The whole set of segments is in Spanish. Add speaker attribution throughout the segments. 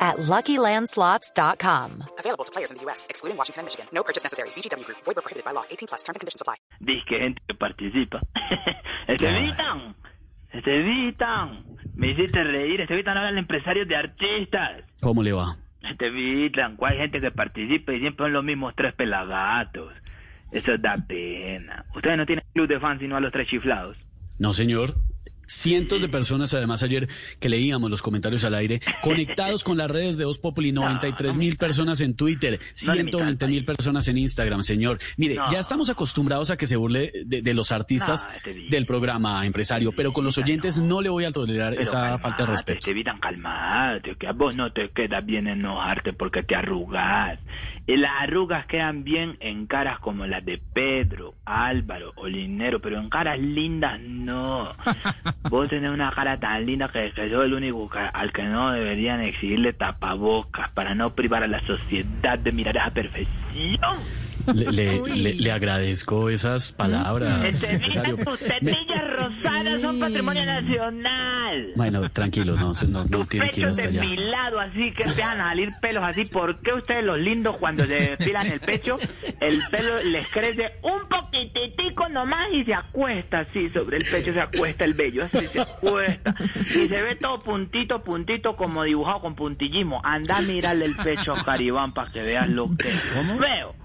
Speaker 1: at LuckyLandSlots.com.
Speaker 2: Available to players in the U.S., excluding Washington and Michigan. No purchase necessary. VGW Group. Void where prohibited by law. 18 plus. Terms and conditions apply.
Speaker 3: Dice que gente que participa. Estevitan, Estevitan, me hiciste reír. Estevitan habla el empresario de artistas.
Speaker 4: ¿Cómo le va?
Speaker 3: Estevitan, ¿cuál gente que participa y siempre son los mismos tres pelagatos? Eso da pena. Ustedes no tienen club de fans sino a los tres chiflados.
Speaker 4: No, señor. Cientos de personas, además ayer que leíamos los comentarios al aire, conectados con las redes de Voz Populi, 93 mil personas en Twitter,
Speaker 3: No, ni me
Speaker 4: 120 mil personas en Instagram, señor. Mire, ya estamos acostumbrados a que se burle de, de los artistas
Speaker 3: No, este día.
Speaker 4: del programa, empresario, pero con los oyentes no le voy a tolerar
Speaker 3: Pero
Speaker 4: esa
Speaker 3: calmate,
Speaker 4: falta de respeto.
Speaker 3: Estevitan, calmate, que a vos no te queda bien enojarte porque te arrugas. Y las arrugas quedan bien en caras como las de Pedro, Álvaro o Linero, pero en caras lindas no. vos tenés una cara tan linda que, que soy el único que- al que no deberían exigirle tapabocas para no privar a la sociedad de mirar esa perfección.
Speaker 4: Ah, Le, le- le- le agradezco
Speaker 3: Mm,
Speaker 4: esas palabras,
Speaker 3: Estevitan,
Speaker 4: empresario.
Speaker 3: tus tetillas rosadas son patrimonio nacional.
Speaker 4: Bueno, tranquilo, no, no, no tiene que ir
Speaker 3: pechos
Speaker 4: hasta allá.
Speaker 3: depilados así que empiezan a salir pelos así. ¿Por qué ustedes los lindos cuando se depilan el pecho, el pelo les crece un poquititico nomás y se acuesta así sobre el pecho, se acuesta el vello, así se acuesta. Y se ve todo puntito, puntito como dibujado con puntillismo. Anda a mirarle el pecho a Caribán para que veas lo que veo.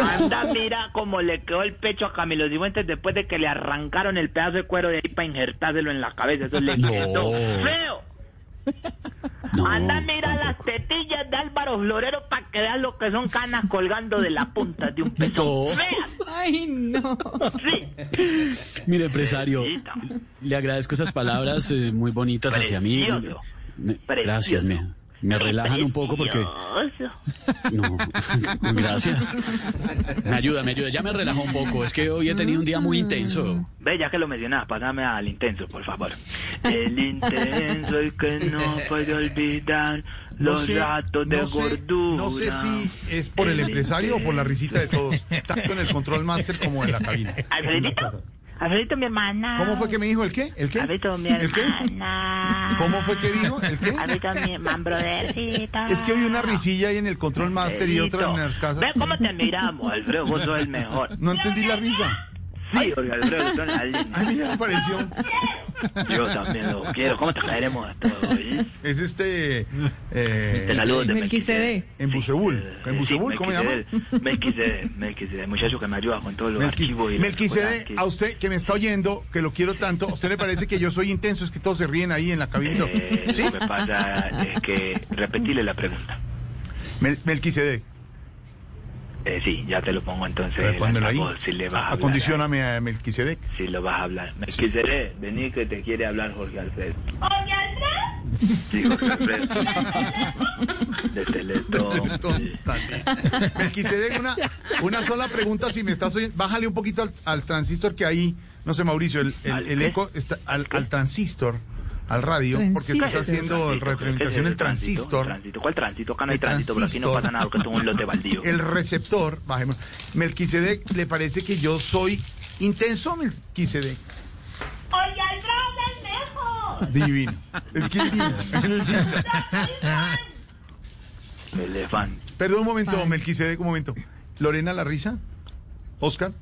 Speaker 3: Anda, mira cómo le quedó el pecho a Camilo Cifuentes después de que le arrancaron el pedazo de cuero de ahí para injertárselo en la cabeza. Eso le
Speaker 4: No.
Speaker 3: quedó feo.
Speaker 4: No,
Speaker 3: Anda, mira las
Speaker 4: tampoco.
Speaker 3: tetillas de Álvaro Florero para que veas lo que son canas colgando de la punta de un pezón.
Speaker 4: No.
Speaker 3: Feas,
Speaker 5: Ay, no.
Speaker 3: sí.
Speaker 4: Mire, empresario,
Speaker 3: Bendita.
Speaker 4: le agradezco esas palabras eh, muy bonitas hacia mí.
Speaker 3: Precioso.
Speaker 4: Me-
Speaker 3: Precioso.
Speaker 4: gracias, me, me relajan un poco porque...
Speaker 3: Precioso.
Speaker 4: No, gracias. Me ayuda, me ayuda. Ya me relajó un poco. Es que hoy he tenido un día muy intenso.
Speaker 3: Ve, ya que lo mencionas, pásame al intenso, por favor. El intenso es que no puede olvidar
Speaker 6: No
Speaker 3: los
Speaker 6: sé-
Speaker 3: ratos de
Speaker 6: no sé-
Speaker 3: gordura.
Speaker 6: No sé si es por el empresario o por la risita de todos, tanto en el control master como en la cabina.
Speaker 3: ¿Alfredito? ¿Alfredito, mi hermana?
Speaker 6: ¿Cómo fue que me dijo el qué? ¿El qué?
Speaker 3: Alfredito, mi
Speaker 6: ¿El qué?
Speaker 3: hermana.
Speaker 6: ¿Cómo fue que dijo? ¿El qué?
Speaker 3: Alfredito, mi hermano, brodercita.
Speaker 6: Es que oí una risilla ahí en el control master y otra en las casas.
Speaker 3: Ve cómo te miramos, Alfredo, vos sos el mejor.
Speaker 6: No entendí la risa.
Speaker 3: Sí, porque Alfredo son las
Speaker 6: Ay,
Speaker 3: lindas.
Speaker 6: mira, apareció.
Speaker 3: Yo también lo quiero. ¿Cómo te caeremos a todos? eh?
Speaker 6: Es este.
Speaker 3: Te
Speaker 6: Eh,
Speaker 3: saludo de
Speaker 5: Melquisede.
Speaker 6: en Bucebul. ¿En Bucebul? ¿Cómo se llama?
Speaker 3: Melquisede, Melquisede, muchacho que me ayuda con todos los
Speaker 6: Melquis-
Speaker 3: archivos. y las
Speaker 6: Melquisede,
Speaker 3: cosas
Speaker 6: a
Speaker 3: que-
Speaker 6: usted que me está oyendo, que lo quiero tanto, ¿a usted le parece que yo soy intenso? Es que todos se ríen ahí en la cabina. y todo.
Speaker 3: Eh,
Speaker 6: ¿Sí?
Speaker 3: Lo que pasa es que repetirle la pregunta.
Speaker 6: Mel- Melquisede.
Speaker 3: Eh, sí, ya te lo pongo entonces.
Speaker 6: A ver, pónmelo ahí.
Speaker 3: altavoz, Si le vas a hablar,
Speaker 6: Acondicioname a Melquisedec.
Speaker 3: Si lo vas a hablar. Melquisede, vení que te quiere hablar Jorge Alfredo. Sí, Jorge Alfredo. De Teletón. sí.
Speaker 6: Melquisedec, una, una sola pregunta, si me estás oyendo. Bájale un poquito al, al transistor que ahí, no sé, Mauricio, el, el-
Speaker 3: ¿Al
Speaker 6: el
Speaker 3: qué?
Speaker 6: eco está al, al transistor, al radio, porque estás
Speaker 5: Transistor.
Speaker 6: haciendo retroalimentación el transistor,
Speaker 3: Tránsito. ¿Cuál tránsito? Acá no hay
Speaker 6: El
Speaker 3: tránsito, pero aquí no
Speaker 6: transistor.
Speaker 3: pasa nada porque esto es un lote baldío.
Speaker 6: el receptor, bajemos. Melquisedec, ¿le parece que yo soy intenso, Melquisedec?
Speaker 7: Oye, Alfredo es mejor.
Speaker 6: Divino. Es que es divino.
Speaker 3: Elefante.
Speaker 6: Perdón un momento, Melquisedec, un momento. Lorena La Risa, Oscar,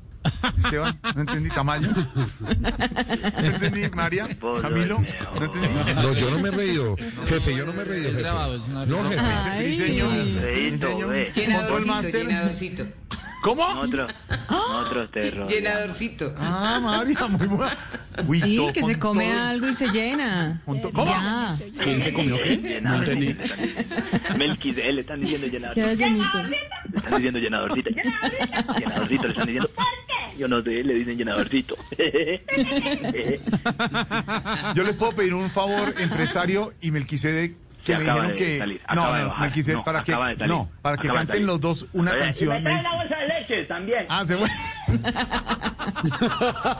Speaker 6: Esteban, no entendí, Tamayo, no entendí, María,
Speaker 3: Polo
Speaker 6: Camilo,
Speaker 3: Neo.
Speaker 6: no entendí.
Speaker 8: No, yo no me he reído. Jefe, yo no me he reído. Jefe. No, jefe.
Speaker 5: Ay.
Speaker 6: Briseño,
Speaker 3: Alfredito,
Speaker 6: Briseño,
Speaker 3: ve.
Speaker 6: Control Master.
Speaker 9: Llenadorcito,
Speaker 6: ¿Cómo?
Speaker 3: Nosotros, nosotros te rodeamos.
Speaker 9: llenadorcito.
Speaker 6: Ah, María, muy buena. Uy,
Speaker 5: Sí,
Speaker 6: todo
Speaker 5: que se
Speaker 6: con
Speaker 5: come
Speaker 6: todo.
Speaker 5: algo y se llena.
Speaker 6: Con todo- ¿Cómo?
Speaker 5: Ya.
Speaker 4: ¿Quién se comió qué? No
Speaker 3: Llenador,
Speaker 4: entendí.
Speaker 3: Melquisede, le están diciendo llenador.
Speaker 5: Queda llenito.
Speaker 3: Le están diciendo llenadorcita. Llenadorcito, le están diciendo. Yo no sé, le dicen llenadorcito.
Speaker 6: Yo les puedo pedir un favor, empresario y Melquisedec, que
Speaker 3: Sí,
Speaker 6: me
Speaker 3: acaba
Speaker 6: dijeron
Speaker 3: de
Speaker 6: que
Speaker 3: salir,
Speaker 6: no,
Speaker 3: acaba de
Speaker 6: no,
Speaker 3: bajar.
Speaker 6: me quise
Speaker 3: No,
Speaker 6: para que
Speaker 3: acaba de salir.
Speaker 6: no, para que
Speaker 3: Acaba de
Speaker 6: canten
Speaker 3: salir.
Speaker 6: los dos una
Speaker 3: Oye, y
Speaker 6: canción.
Speaker 3: me trae
Speaker 6: me-
Speaker 3: la bolsa de leche también.
Speaker 6: Ah, se fue.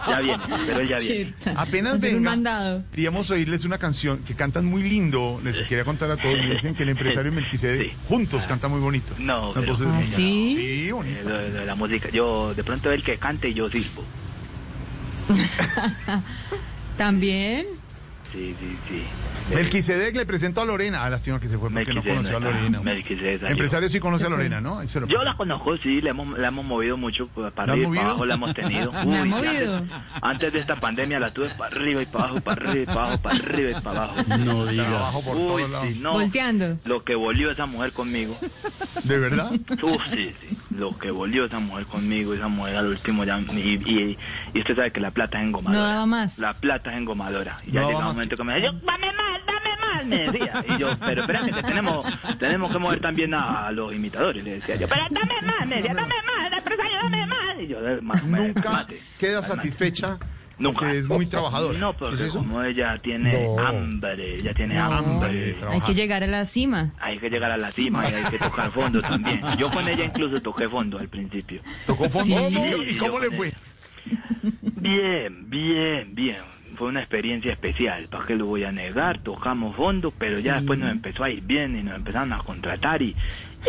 Speaker 3: Ya viene, pero él ya
Speaker 5: Qué
Speaker 3: viene.
Speaker 5: tal.
Speaker 6: Apenas
Speaker 5: Hacer Un
Speaker 6: venga,
Speaker 5: mandado.
Speaker 6: queríamos oírles una canción que cantan muy lindo. Les quería contar a todos, me dicen que el empresario y Melquisede
Speaker 3: Sí. Ah.
Speaker 6: juntos canta muy bonito.
Speaker 3: No,
Speaker 6: Las
Speaker 3: pero-
Speaker 6: voces-
Speaker 5: ¿Ah, sí?
Speaker 6: Sí, bonito.
Speaker 3: Eh, lo- lo de la música, yo de pronto el que cante y yo sirvo.
Speaker 5: También.
Speaker 3: Sí, sí, sí. Eh,
Speaker 6: Melquisedec le presento a Lorena. Ah, lástima que se fue porque no
Speaker 3: Melquisedec
Speaker 6: conoció a
Speaker 3: no está.
Speaker 6: Lorena.
Speaker 3: Melquisedec salió.
Speaker 6: Empresario sí conoce a Lorena, ¿no? Ahí se lo
Speaker 3: Yo
Speaker 6: paso.
Speaker 3: la conozco, sí, la hemos, la hemos movido mucho pa- para
Speaker 6: ¿La han
Speaker 3: arriba y
Speaker 6: movido?
Speaker 3: para abajo, la hemos tenido.
Speaker 5: han
Speaker 3: sí,
Speaker 5: movido?
Speaker 3: Antes, antes de esta pandemia la tuve para arriba y para abajo, para arriba y para abajo, para arriba y para abajo.
Speaker 4: No diga.
Speaker 6: Trabajo por
Speaker 3: Uy,
Speaker 6: todos lados.
Speaker 3: sí, no.
Speaker 5: Volteando.
Speaker 3: Lo que volvió esa mujer conmigo.
Speaker 6: ¿De verdad?
Speaker 3: Uf, sí, sí. Lo que volvió esa mujer conmigo, esa mujer al último ya. Y, y- y usted sabe que la plata es engomadora.
Speaker 5: No daba más.
Speaker 3: La plata es engomadora. Y
Speaker 6: No
Speaker 3: ya
Speaker 6: daba
Speaker 3: llegaba
Speaker 6: más
Speaker 3: un momento que me decía, "Yo, dame más, dame más, me decía. Y yo, pero espérame, que tenemos, tenemos que mover también a, a los imitadores, le decía yo. Pero dame más, me decía, dame más, empresario, dame más. Y yo, "Dale, más, me-
Speaker 6: Nunca
Speaker 3: mate,
Speaker 6: queda
Speaker 3: mate".
Speaker 6: satisfecha
Speaker 3: Nunca.
Speaker 6: porque es muy trabajadora.
Speaker 3: No, porque
Speaker 6: ¿Es eso?
Speaker 3: como ella tiene
Speaker 8: No.
Speaker 3: hambre, ella tiene
Speaker 5: No.
Speaker 3: hambre.
Speaker 5: Hay que llegar a la cima.
Speaker 3: Hay que llegar a la cima y hay que tocar fondo también. Yo con ella incluso toqué fondo al principio.
Speaker 6: ¿Tocó fondo?
Speaker 5: Sí.
Speaker 6: ¿Cómo? ¿Y cómo le fue?
Speaker 3: Bien, bien, bien. Fue una experiencia especial, ¿para qué lo voy a negar? Tocamos fondo, pero ya después nos empezó a ir bien y nos empezaron a contratar y,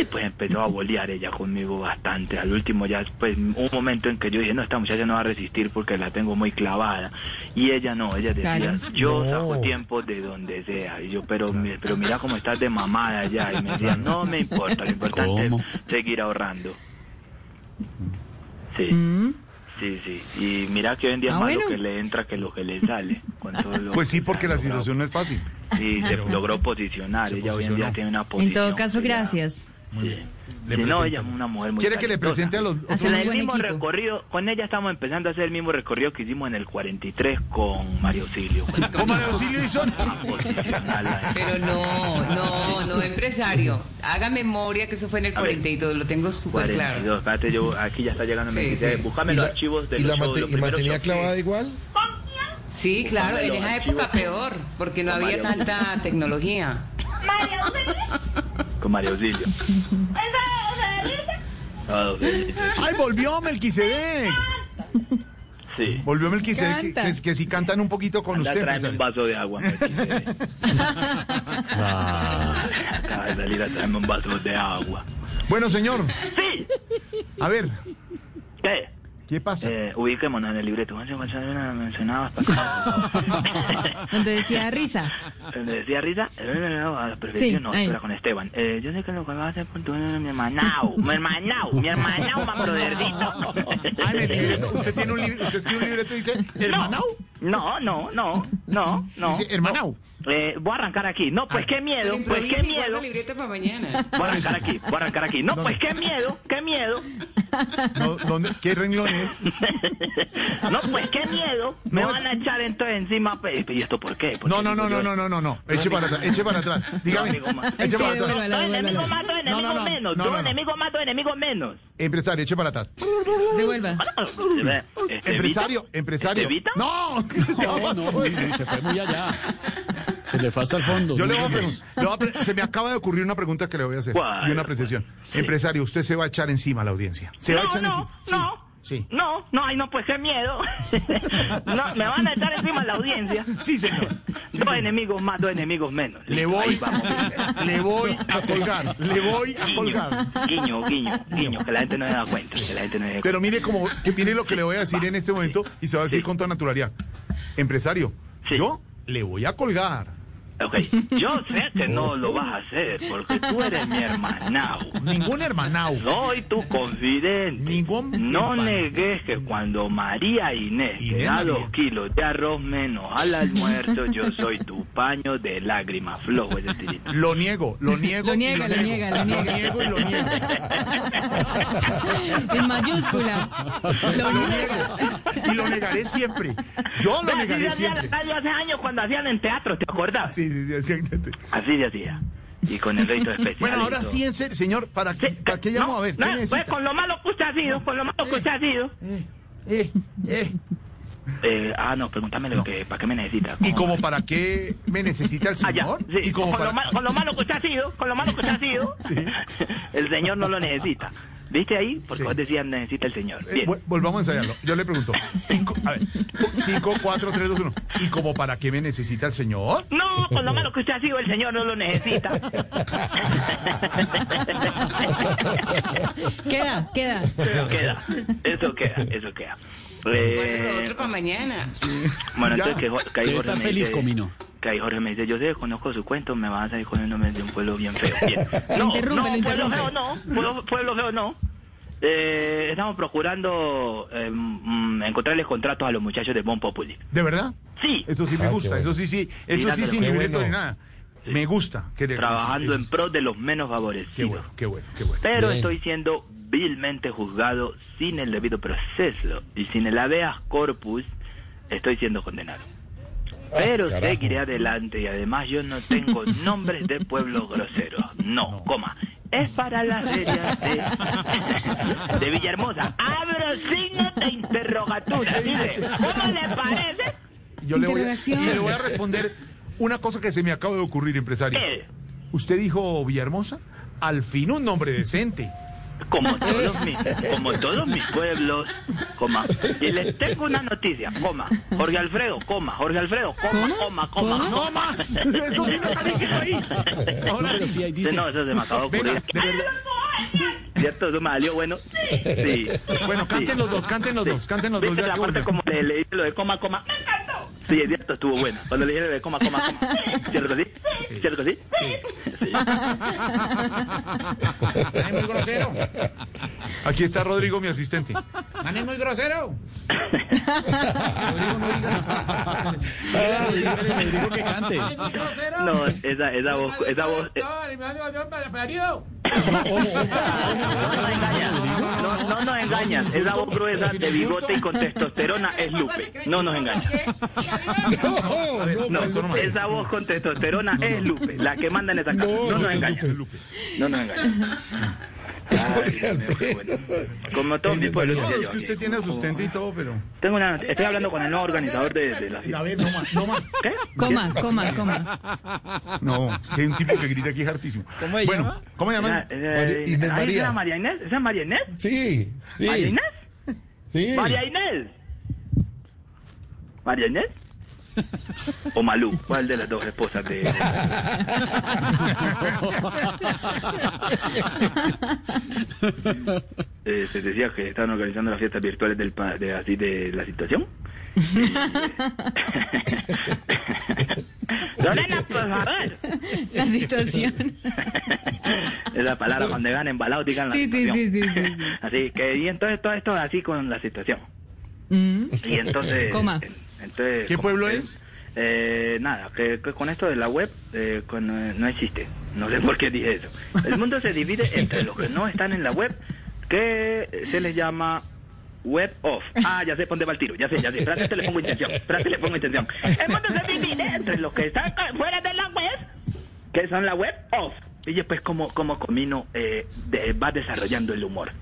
Speaker 3: y pues empezó a bolear ella conmigo bastante. Al último ya pues un momento en que yo dije, no, esta muchacha no va a resistir porque la tengo muy clavada. Y ella no, ella decía,
Speaker 5: Claro.
Speaker 3: yo
Speaker 8: No.
Speaker 3: saco tiempo de donde sea. Y yo, pero, mi- pero mira cómo estás de mamada ya. Y me decía, no me importa, lo importante
Speaker 4: ¿Cómo?
Speaker 3: es seguir ahorrando. Sí.
Speaker 5: Mm.
Speaker 3: Sí, sí. Y mira que hoy en día
Speaker 5: Ah,
Speaker 3: es más lo
Speaker 5: bueno.
Speaker 3: que le entra que lo que le sale. con todo lo
Speaker 6: Pues sí,
Speaker 3: que
Speaker 6: porque
Speaker 3: ha
Speaker 6: la
Speaker 3: logrado.
Speaker 6: situación no es fácil.
Speaker 3: Sí, se logró posicionar.
Speaker 6: Se
Speaker 3: ella hoy en
Speaker 6: posicionó.
Speaker 3: día tiene una posición.
Speaker 5: En todo caso,
Speaker 3: que ya-
Speaker 5: gracias.
Speaker 3: Sí.
Speaker 6: Le
Speaker 3: Sí, no,
Speaker 6: presento.
Speaker 3: ella es una mujer muy
Speaker 6: ¿Quiere que le
Speaker 3: talentosa.
Speaker 6: presente a los
Speaker 3: Con
Speaker 5: Hace la
Speaker 6: otros?
Speaker 5: de-
Speaker 3: el
Speaker 5: buen
Speaker 3: mismo
Speaker 5: equipo.
Speaker 3: recorrido, con ella estamos empezando a hacer el mismo recorrido que hicimos en el 43 con Mario Silio.
Speaker 6: ¿Cómo de auxilio y son?
Speaker 3: Ah, pues,
Speaker 9: Pero no, no, no, empresario. Haga memoria que eso fue en el
Speaker 3: A ver.
Speaker 9: 42, lo tengo súper claro.
Speaker 3: 42, espérate, yo, aquí ya está llegando, me
Speaker 9: Sí,
Speaker 3: dice,
Speaker 9: sí.
Speaker 3: búscame los archivos de
Speaker 8: y
Speaker 3: los
Speaker 8: la
Speaker 3: shows,
Speaker 8: mate-
Speaker 3: los
Speaker 8: y
Speaker 3: primeros
Speaker 8: mantenía
Speaker 3: shows.
Speaker 8: clavada igual.
Speaker 7: ¿Con quién?
Speaker 9: Sí, claro, en
Speaker 3: Los
Speaker 9: esa
Speaker 3: archivos.
Speaker 9: época peor, porque no
Speaker 3: Con
Speaker 9: había
Speaker 3: Mario.
Speaker 9: tanta tecnología.
Speaker 7: María Auxilio.
Speaker 3: Con Mario Silio.
Speaker 7: ¿Esa es Elisa?
Speaker 3: Ah, sí,
Speaker 6: ¡Ay, volvió Melquisedec!
Speaker 3: Sí.
Speaker 6: Volvió Melquisedec, que,
Speaker 5: Canta.
Speaker 6: que, que sí cantan un poquito con
Speaker 3: Anda,
Speaker 6: usted. pues,
Speaker 3: tráeme un
Speaker 6: empresario.
Speaker 3: vaso de agua. me dice.
Speaker 4: Ah,
Speaker 3: Acaba de salir a traerme un vaso de agua.
Speaker 6: Bueno, señor,
Speaker 3: Sí.
Speaker 6: a ver,
Speaker 3: ¿Qué?
Speaker 6: ¿qué pasa?
Speaker 3: Eh, ubíquémonos en el libreto. Juanse, Juanse, me mencionabas para
Speaker 5: Donde decía risa.
Speaker 3: Donde decía Rita, eh, a la perfección,
Speaker 5: Sí,
Speaker 3: no,
Speaker 5: ahí.
Speaker 3: espera con Esteban. Eh, yo sé que lo que vas a hacer con tu mi hermanao, mi hermanao, mi hermanao, mamá
Speaker 6: Ah, en el libreto,
Speaker 3: eh,
Speaker 6: usted tiene un libro, usted escribe un libreto y dice, hermanao,
Speaker 3: No, no, no, no, no.
Speaker 6: dice, hermanao.
Speaker 3: Eh, voy a arrancar aquí. No, pues qué miedo,
Speaker 9: Pero
Speaker 3: pues qué
Speaker 9: improvisa y guarda
Speaker 3: miedo.
Speaker 9: el libreto para mañana.
Speaker 3: Voy a arrancar aquí, voy a arrancar aquí. No, pues qué miedo, qué miedo.
Speaker 6: No, ¿dónde- ¿Qué renglón es?
Speaker 3: No, pues qué miedo. Me van a echar entonces encima. pe- ¿Y esto por qué? Pues, ¿Por
Speaker 6: No,
Speaker 3: qué
Speaker 6: no,
Speaker 3: digo
Speaker 6: no,
Speaker 3: yo eh.
Speaker 6: no, no,
Speaker 3: esto?
Speaker 6: no, no, no. Eche para atrás, eche para atrás. Dígame,
Speaker 3: amigo, ma-
Speaker 6: eche para
Speaker 5: Ay, qué
Speaker 6: atrás.
Speaker 5: bueno.
Speaker 3: Dos enemigos más, dos
Speaker 6: No, no,
Speaker 3: enemigos
Speaker 6: no.
Speaker 3: menos.
Speaker 6: No,
Speaker 3: Dos
Speaker 6: no, no.
Speaker 3: enemigos más, dos enemigos menos.
Speaker 6: Empresario, eche para atrás.
Speaker 5: Devuelva.
Speaker 3: Este,
Speaker 6: Empresario,
Speaker 3: ¿Vita?
Speaker 6: empresario.
Speaker 3: ¿Estevita?
Speaker 6: No,
Speaker 4: No, no, uy, uy, se fue muy allá. Se le fue hasta el fondo.
Speaker 6: Yo le voy a
Speaker 4: Muy bien.
Speaker 6: preguntar, le voy a pre- se me acaba de ocurrir una pregunta que le voy a hacer
Speaker 3: pues. ¿Cuál?
Speaker 6: y una apreciación. Empresario, usted se va a echar encima a la audiencia. Se va a
Speaker 3: No,
Speaker 6: echar
Speaker 3: no,
Speaker 6: encima.
Speaker 3: no.
Speaker 6: Sí. sí.
Speaker 3: No, no, ay, no, pues qué miedo. no, me van a echar encima la audiencia.
Speaker 6: Sí, señor. Sí,
Speaker 3: dos
Speaker 6: señor.
Speaker 3: enemigos más, dos enemigos menos.
Speaker 6: Le
Speaker 3: Ahí
Speaker 6: voy,
Speaker 3: vamos.
Speaker 6: le voy a colgar, le voy a colgar.
Speaker 3: Guiño, guiño, guiño, que la gente no se da cuenta. Que la gente no se da cuenta.
Speaker 6: Pero mire como, que mire lo que le voy a decir en este momento y se va a decir
Speaker 3: Sí.
Speaker 6: con toda naturalidad. Empresario,
Speaker 3: Sí.
Speaker 6: yo le voy a colgar.
Speaker 3: Ok, yo sé que no lo vas a hacer porque tú eres mi hermanao.
Speaker 6: Ningún hermanao.
Speaker 3: Soy tu confidente.
Speaker 6: Ningún
Speaker 3: no
Speaker 6: hermano.
Speaker 3: negues que cuando María e Inés te
Speaker 6: Inés
Speaker 3: da
Speaker 6: María.
Speaker 3: dos kilos de arroz menos al almuerzo, yo soy tu paño de lágrimas flojo ese tirito.
Speaker 6: Lo niego, lo niego.
Speaker 5: Lo
Speaker 6: y
Speaker 5: niega, lo niega, lo niega.
Speaker 6: niego y lo niego.
Speaker 5: En mayúscula. Lo
Speaker 6: Lo
Speaker 5: niega.
Speaker 6: niego. Y lo negaré siempre. Yo lo
Speaker 3: Así se
Speaker 6: negaré
Speaker 3: hacía en la
Speaker 6: siempre.
Speaker 3: radio hace años cuando hacían en teatro, ¿te acordás?
Speaker 6: Sí, sí, sí, exactamente.
Speaker 3: Así se hacía. Y con el reto especial.
Speaker 6: Bueno,
Speaker 3: y
Speaker 6: ahora
Speaker 3: todo.
Speaker 6: sí, en serio, señor, ¿para qué,
Speaker 3: Sí,
Speaker 6: ¿para qué llamo
Speaker 3: no,
Speaker 6: a ver? ¿Qué
Speaker 3: no, pues
Speaker 6: necesita?
Speaker 3: con lo malo que usted ha sido, con lo malo que usted ha sido.
Speaker 6: Eh, eh, eh.
Speaker 3: Eh, ah, no, pregúntame lo que, ¿para qué me necesita?
Speaker 6: ¿Y como para qué me necesita el
Speaker 3: Ah, ya,
Speaker 6: señor?
Speaker 3: sí,
Speaker 6: ¿Y como
Speaker 3: con,
Speaker 6: para...
Speaker 3: lo malo, con lo malo que usted ha sido, con lo malo que usted ha sido, el señor no lo necesita. ¿Viste ahí? Porque
Speaker 6: Sí.
Speaker 3: vos decían necesita el señor.
Speaker 6: Eh,
Speaker 3: Bien.
Speaker 6: vol- volvamos a ensayarlo. Yo le pregunto. y co- A ver, 5, 4, 3, 2, 1. ¿Y como para qué me necesita el señor?
Speaker 3: No, con lo malo que usted ha sido, el señor no lo necesita.
Speaker 5: Queda, queda.
Speaker 3: Eso queda, eso queda, eso queda.
Speaker 9: Bueno,
Speaker 3: Eh,
Speaker 9: otro para mañana.
Speaker 3: bueno,
Speaker 6: Ya.
Speaker 3: entonces que, Jo- que ahí
Speaker 4: Debe
Speaker 3: Jorge
Speaker 4: estar
Speaker 3: me
Speaker 4: feliz,
Speaker 3: dice-
Speaker 4: Comino.
Speaker 3: Que ahí Jorge me dice, yo sé, conozco su cuento, me vas a salir con el nombre de un pueblo bien feo. Bien. No,
Speaker 5: interrumpe,
Speaker 3: no,
Speaker 5: lo
Speaker 3: pueblo
Speaker 5: interrumpe.
Speaker 3: feo no, pueblo, pueblo feo no. Eh, estamos procurando eh, mm, encontrarles contratos a los muchachos de Bon Populi.
Speaker 6: ¿De verdad?
Speaker 3: Sí,
Speaker 6: Eso sí
Speaker 8: Ah,
Speaker 6: me
Speaker 8: qué
Speaker 6: gusta.
Speaker 8: bueno.
Speaker 6: Eso sí, sí. Eso
Speaker 3: Mira,
Speaker 6: sí,
Speaker 3: pero
Speaker 6: sin
Speaker 3: qué
Speaker 6: libreto ni
Speaker 8: bueno.
Speaker 6: nada. Me gusta. que le-
Speaker 3: trabajando en pro de los menos
Speaker 6: Qué
Speaker 3: favorecidos.
Speaker 6: bueno, qué bueno, qué bueno.
Speaker 3: Pero
Speaker 8: Bien.
Speaker 3: estoy siendo vilmente juzgado sin el debido proceso y sin el habeas corpus estoy siendo condenado.
Speaker 6: Ah,
Speaker 3: Pero
Speaker 8: carajo.
Speaker 3: seguiré adelante y además yo no tengo nombres de pueblos groseros. No, coma. Es para las ferias de, de Villahermosa. Abro signos de interrogatura. Dice, ¿cómo le parece?
Speaker 6: Yo le voy, a,
Speaker 5: Interrogación.
Speaker 6: y le voy a responder una cosa que se me acaba de ocurrir, empresario.
Speaker 3: ¿Qué?
Speaker 6: Usted dijo Villahermosa. Al fin un nombre decente.
Speaker 3: como todos mis, como todos mis pueblos, coma. Y les tengo una noticia, coma. Jorge Alfredo, coma. Jorge Alfredo, coma,
Speaker 5: ¿Cómo?
Speaker 3: coma, coma.
Speaker 5: ¿Cómo?
Speaker 6: ¡No más! Eso sí no está diciendo ahí. Ahora
Speaker 4: Pero sí,
Speaker 6: sí.
Speaker 4: ahí dice.
Speaker 3: No, eso se me acaba de
Speaker 6: Venga,
Speaker 3: ocurrir.
Speaker 6: de verdad.
Speaker 3: ¿Cierto? Eso me salió bueno. Sí.
Speaker 6: Bueno,
Speaker 3: Sí.
Speaker 6: canten los dos, canten los dos, canten los dos.
Speaker 3: ¿Viste
Speaker 6: ya
Speaker 3: la
Speaker 6: que
Speaker 3: parte
Speaker 6: volvemos.
Speaker 3: como le, le dije lo de coma, coma? ¡Me encantó! Sí, es cierto, estuvo bueno. Cuando le dije lo de coma, coma, coma. ¿Cierto que sí? ¿Cierto que sí? Sí.
Speaker 10: es muy grosero.
Speaker 6: Aquí está Rodrigo, mi asistente.
Speaker 10: Man es muy grosero.
Speaker 4: Rodrigo que cante.
Speaker 10: Man es muy grosero.
Speaker 3: No, esa, esa voz, esa voz... eh, No, no nos engañas, esa voz gruesa de bigote y con testosterona es Lupe. No nos engañas.
Speaker 8: No, no,
Speaker 3: No,
Speaker 8: pues, Lupe.
Speaker 3: esa voz con testosterona es Lupe, la que manda en esa casa.
Speaker 8: No,
Speaker 3: No nos
Speaker 8: no,
Speaker 3: engañas.
Speaker 8: Lupe.
Speaker 3: No nos engañas. Ay,
Speaker 8: Jorge
Speaker 3: Dios mío, qué
Speaker 8: Alfredo.
Speaker 3: bueno. Como todos mis pueblos.
Speaker 6: No,
Speaker 3: decía
Speaker 6: es
Speaker 3: yo
Speaker 6: que
Speaker 3: aquí.
Speaker 6: usted tiene asistente y todo, pero.
Speaker 3: Tengo una, estoy hablando con el nuevo organizador de, de la
Speaker 6: A
Speaker 3: fiesta.
Speaker 6: ver, no más, no más.
Speaker 3: ¿Qué?
Speaker 5: Coma, coma, coma.
Speaker 6: No, que hay un tipo que grita aquí es hartísimo.
Speaker 10: ¿Cómo se
Speaker 6: bueno,
Speaker 10: llama?
Speaker 6: ¿cómo se llama?
Speaker 3: Esa- esa-
Speaker 8: María-
Speaker 3: ahí
Speaker 8: Inés María.
Speaker 3: ¿Esa es María Inés? ¿Esa es María Inés?
Speaker 8: Sí, sí.
Speaker 3: ¿María Inés?
Speaker 8: sí.
Speaker 3: María Inés. María Inés. O Malú, ¿cuál de las dos esposas de.? Eh, se decía que estaban organizando las fiestas virtuales del pa- de, así de la situación. Lorena, pues, por favor.
Speaker 5: La situación.
Speaker 3: es la palabra cuando ganan embalados, digan la
Speaker 5: Sí, sí,
Speaker 3: situación.
Speaker 5: sí, sí, sí, sí.
Speaker 3: Así que, y entonces todo esto así con la situación.
Speaker 5: Mm.
Speaker 3: Y entonces.
Speaker 5: Coma.
Speaker 3: en- entonces
Speaker 6: ¿Qué
Speaker 3: como
Speaker 6: pueblo
Speaker 3: que-
Speaker 6: es?
Speaker 3: Eh, nada, que, que con esto de la web eh, con, eh, no existe. No sé por qué dije eso. El mundo se divide entre los que no están en la web, que se les llama web off. Ah, ya sé, ponte va el tiro. Ya sé, ya sé. Espérate, te le pongo intención. Espérate, le pongo intención. El mundo se divide entre los que están fuera de la web, que son la web off. Y después, como, como Comino eh, de- va desarrollando el humor.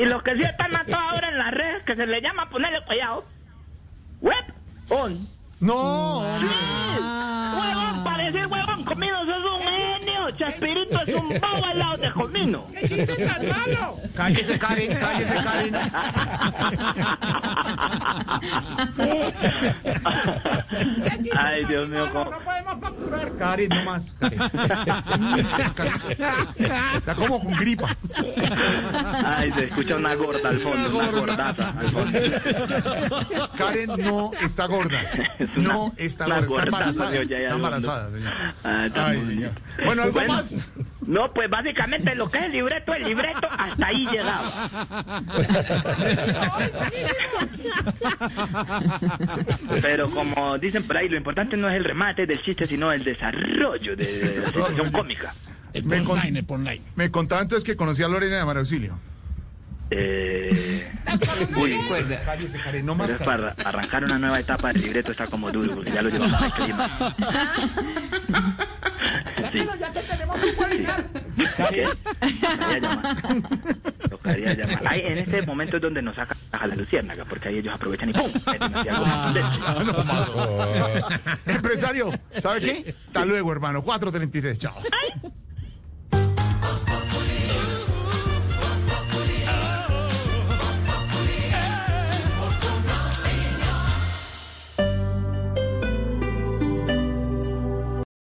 Speaker 3: Y los que sí están a toda hora en las redes, que se les llama ponerle cuidado, web on.
Speaker 6: No,
Speaker 3: Huevón, para decir huevón, Comino sos un genio. Chespirito es un bobo al lado de Comino.
Speaker 10: Cállese, Karen, cállese, Karen.
Speaker 3: Ay, Dios mío, cómo-
Speaker 10: podemos procurar.
Speaker 6: Karen, no más. Karen. Está como con gripa.
Speaker 3: Ay, se escucha una gorda al fondo, una gordaza al fondo.
Speaker 6: Karen no está gorda.
Speaker 3: Es una-
Speaker 6: No está
Speaker 3: una
Speaker 6: gorda.
Speaker 3: gordaza,
Speaker 6: Está embarazada.
Speaker 3: Dios, ya, ya,
Speaker 6: Está
Speaker 3: Dios, no.
Speaker 6: embarazada, señor.
Speaker 3: Ah, está
Speaker 6: Ay,
Speaker 3: muy bien.
Speaker 6: señor. Bueno, ¿algo más?
Speaker 3: No, pues básicamente lo que es el libreto, el libreto hasta ahí llegaba. Pero como dicen por ahí, lo importante no es el remate del chiste, sino el desarrollo de, de la situación cómica.
Speaker 6: Me, con- me contaba antes que conocía a Lorena de Mar Auxilio.
Speaker 3: Eh, uy,
Speaker 9: Recuerda.
Speaker 6: Cállese, Karen, no más.
Speaker 3: pero es para arrancar una nueva etapa del libreto está como duro, porque ya lo llevamos al clima. Sí.
Speaker 10: Ya que tenemos que coordinar.
Speaker 3: ¿Qué? Me voy a llamar. Lo tocaría llamar. Ahí, en este momento es donde nos saca a la luciérnaga, porque ahí ellos aprovechan y ¡pum! meten así algo contundente.
Speaker 6: Empresario, ¿sabe qué? Hasta luego, hermano. 4.33, chao.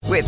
Speaker 5: With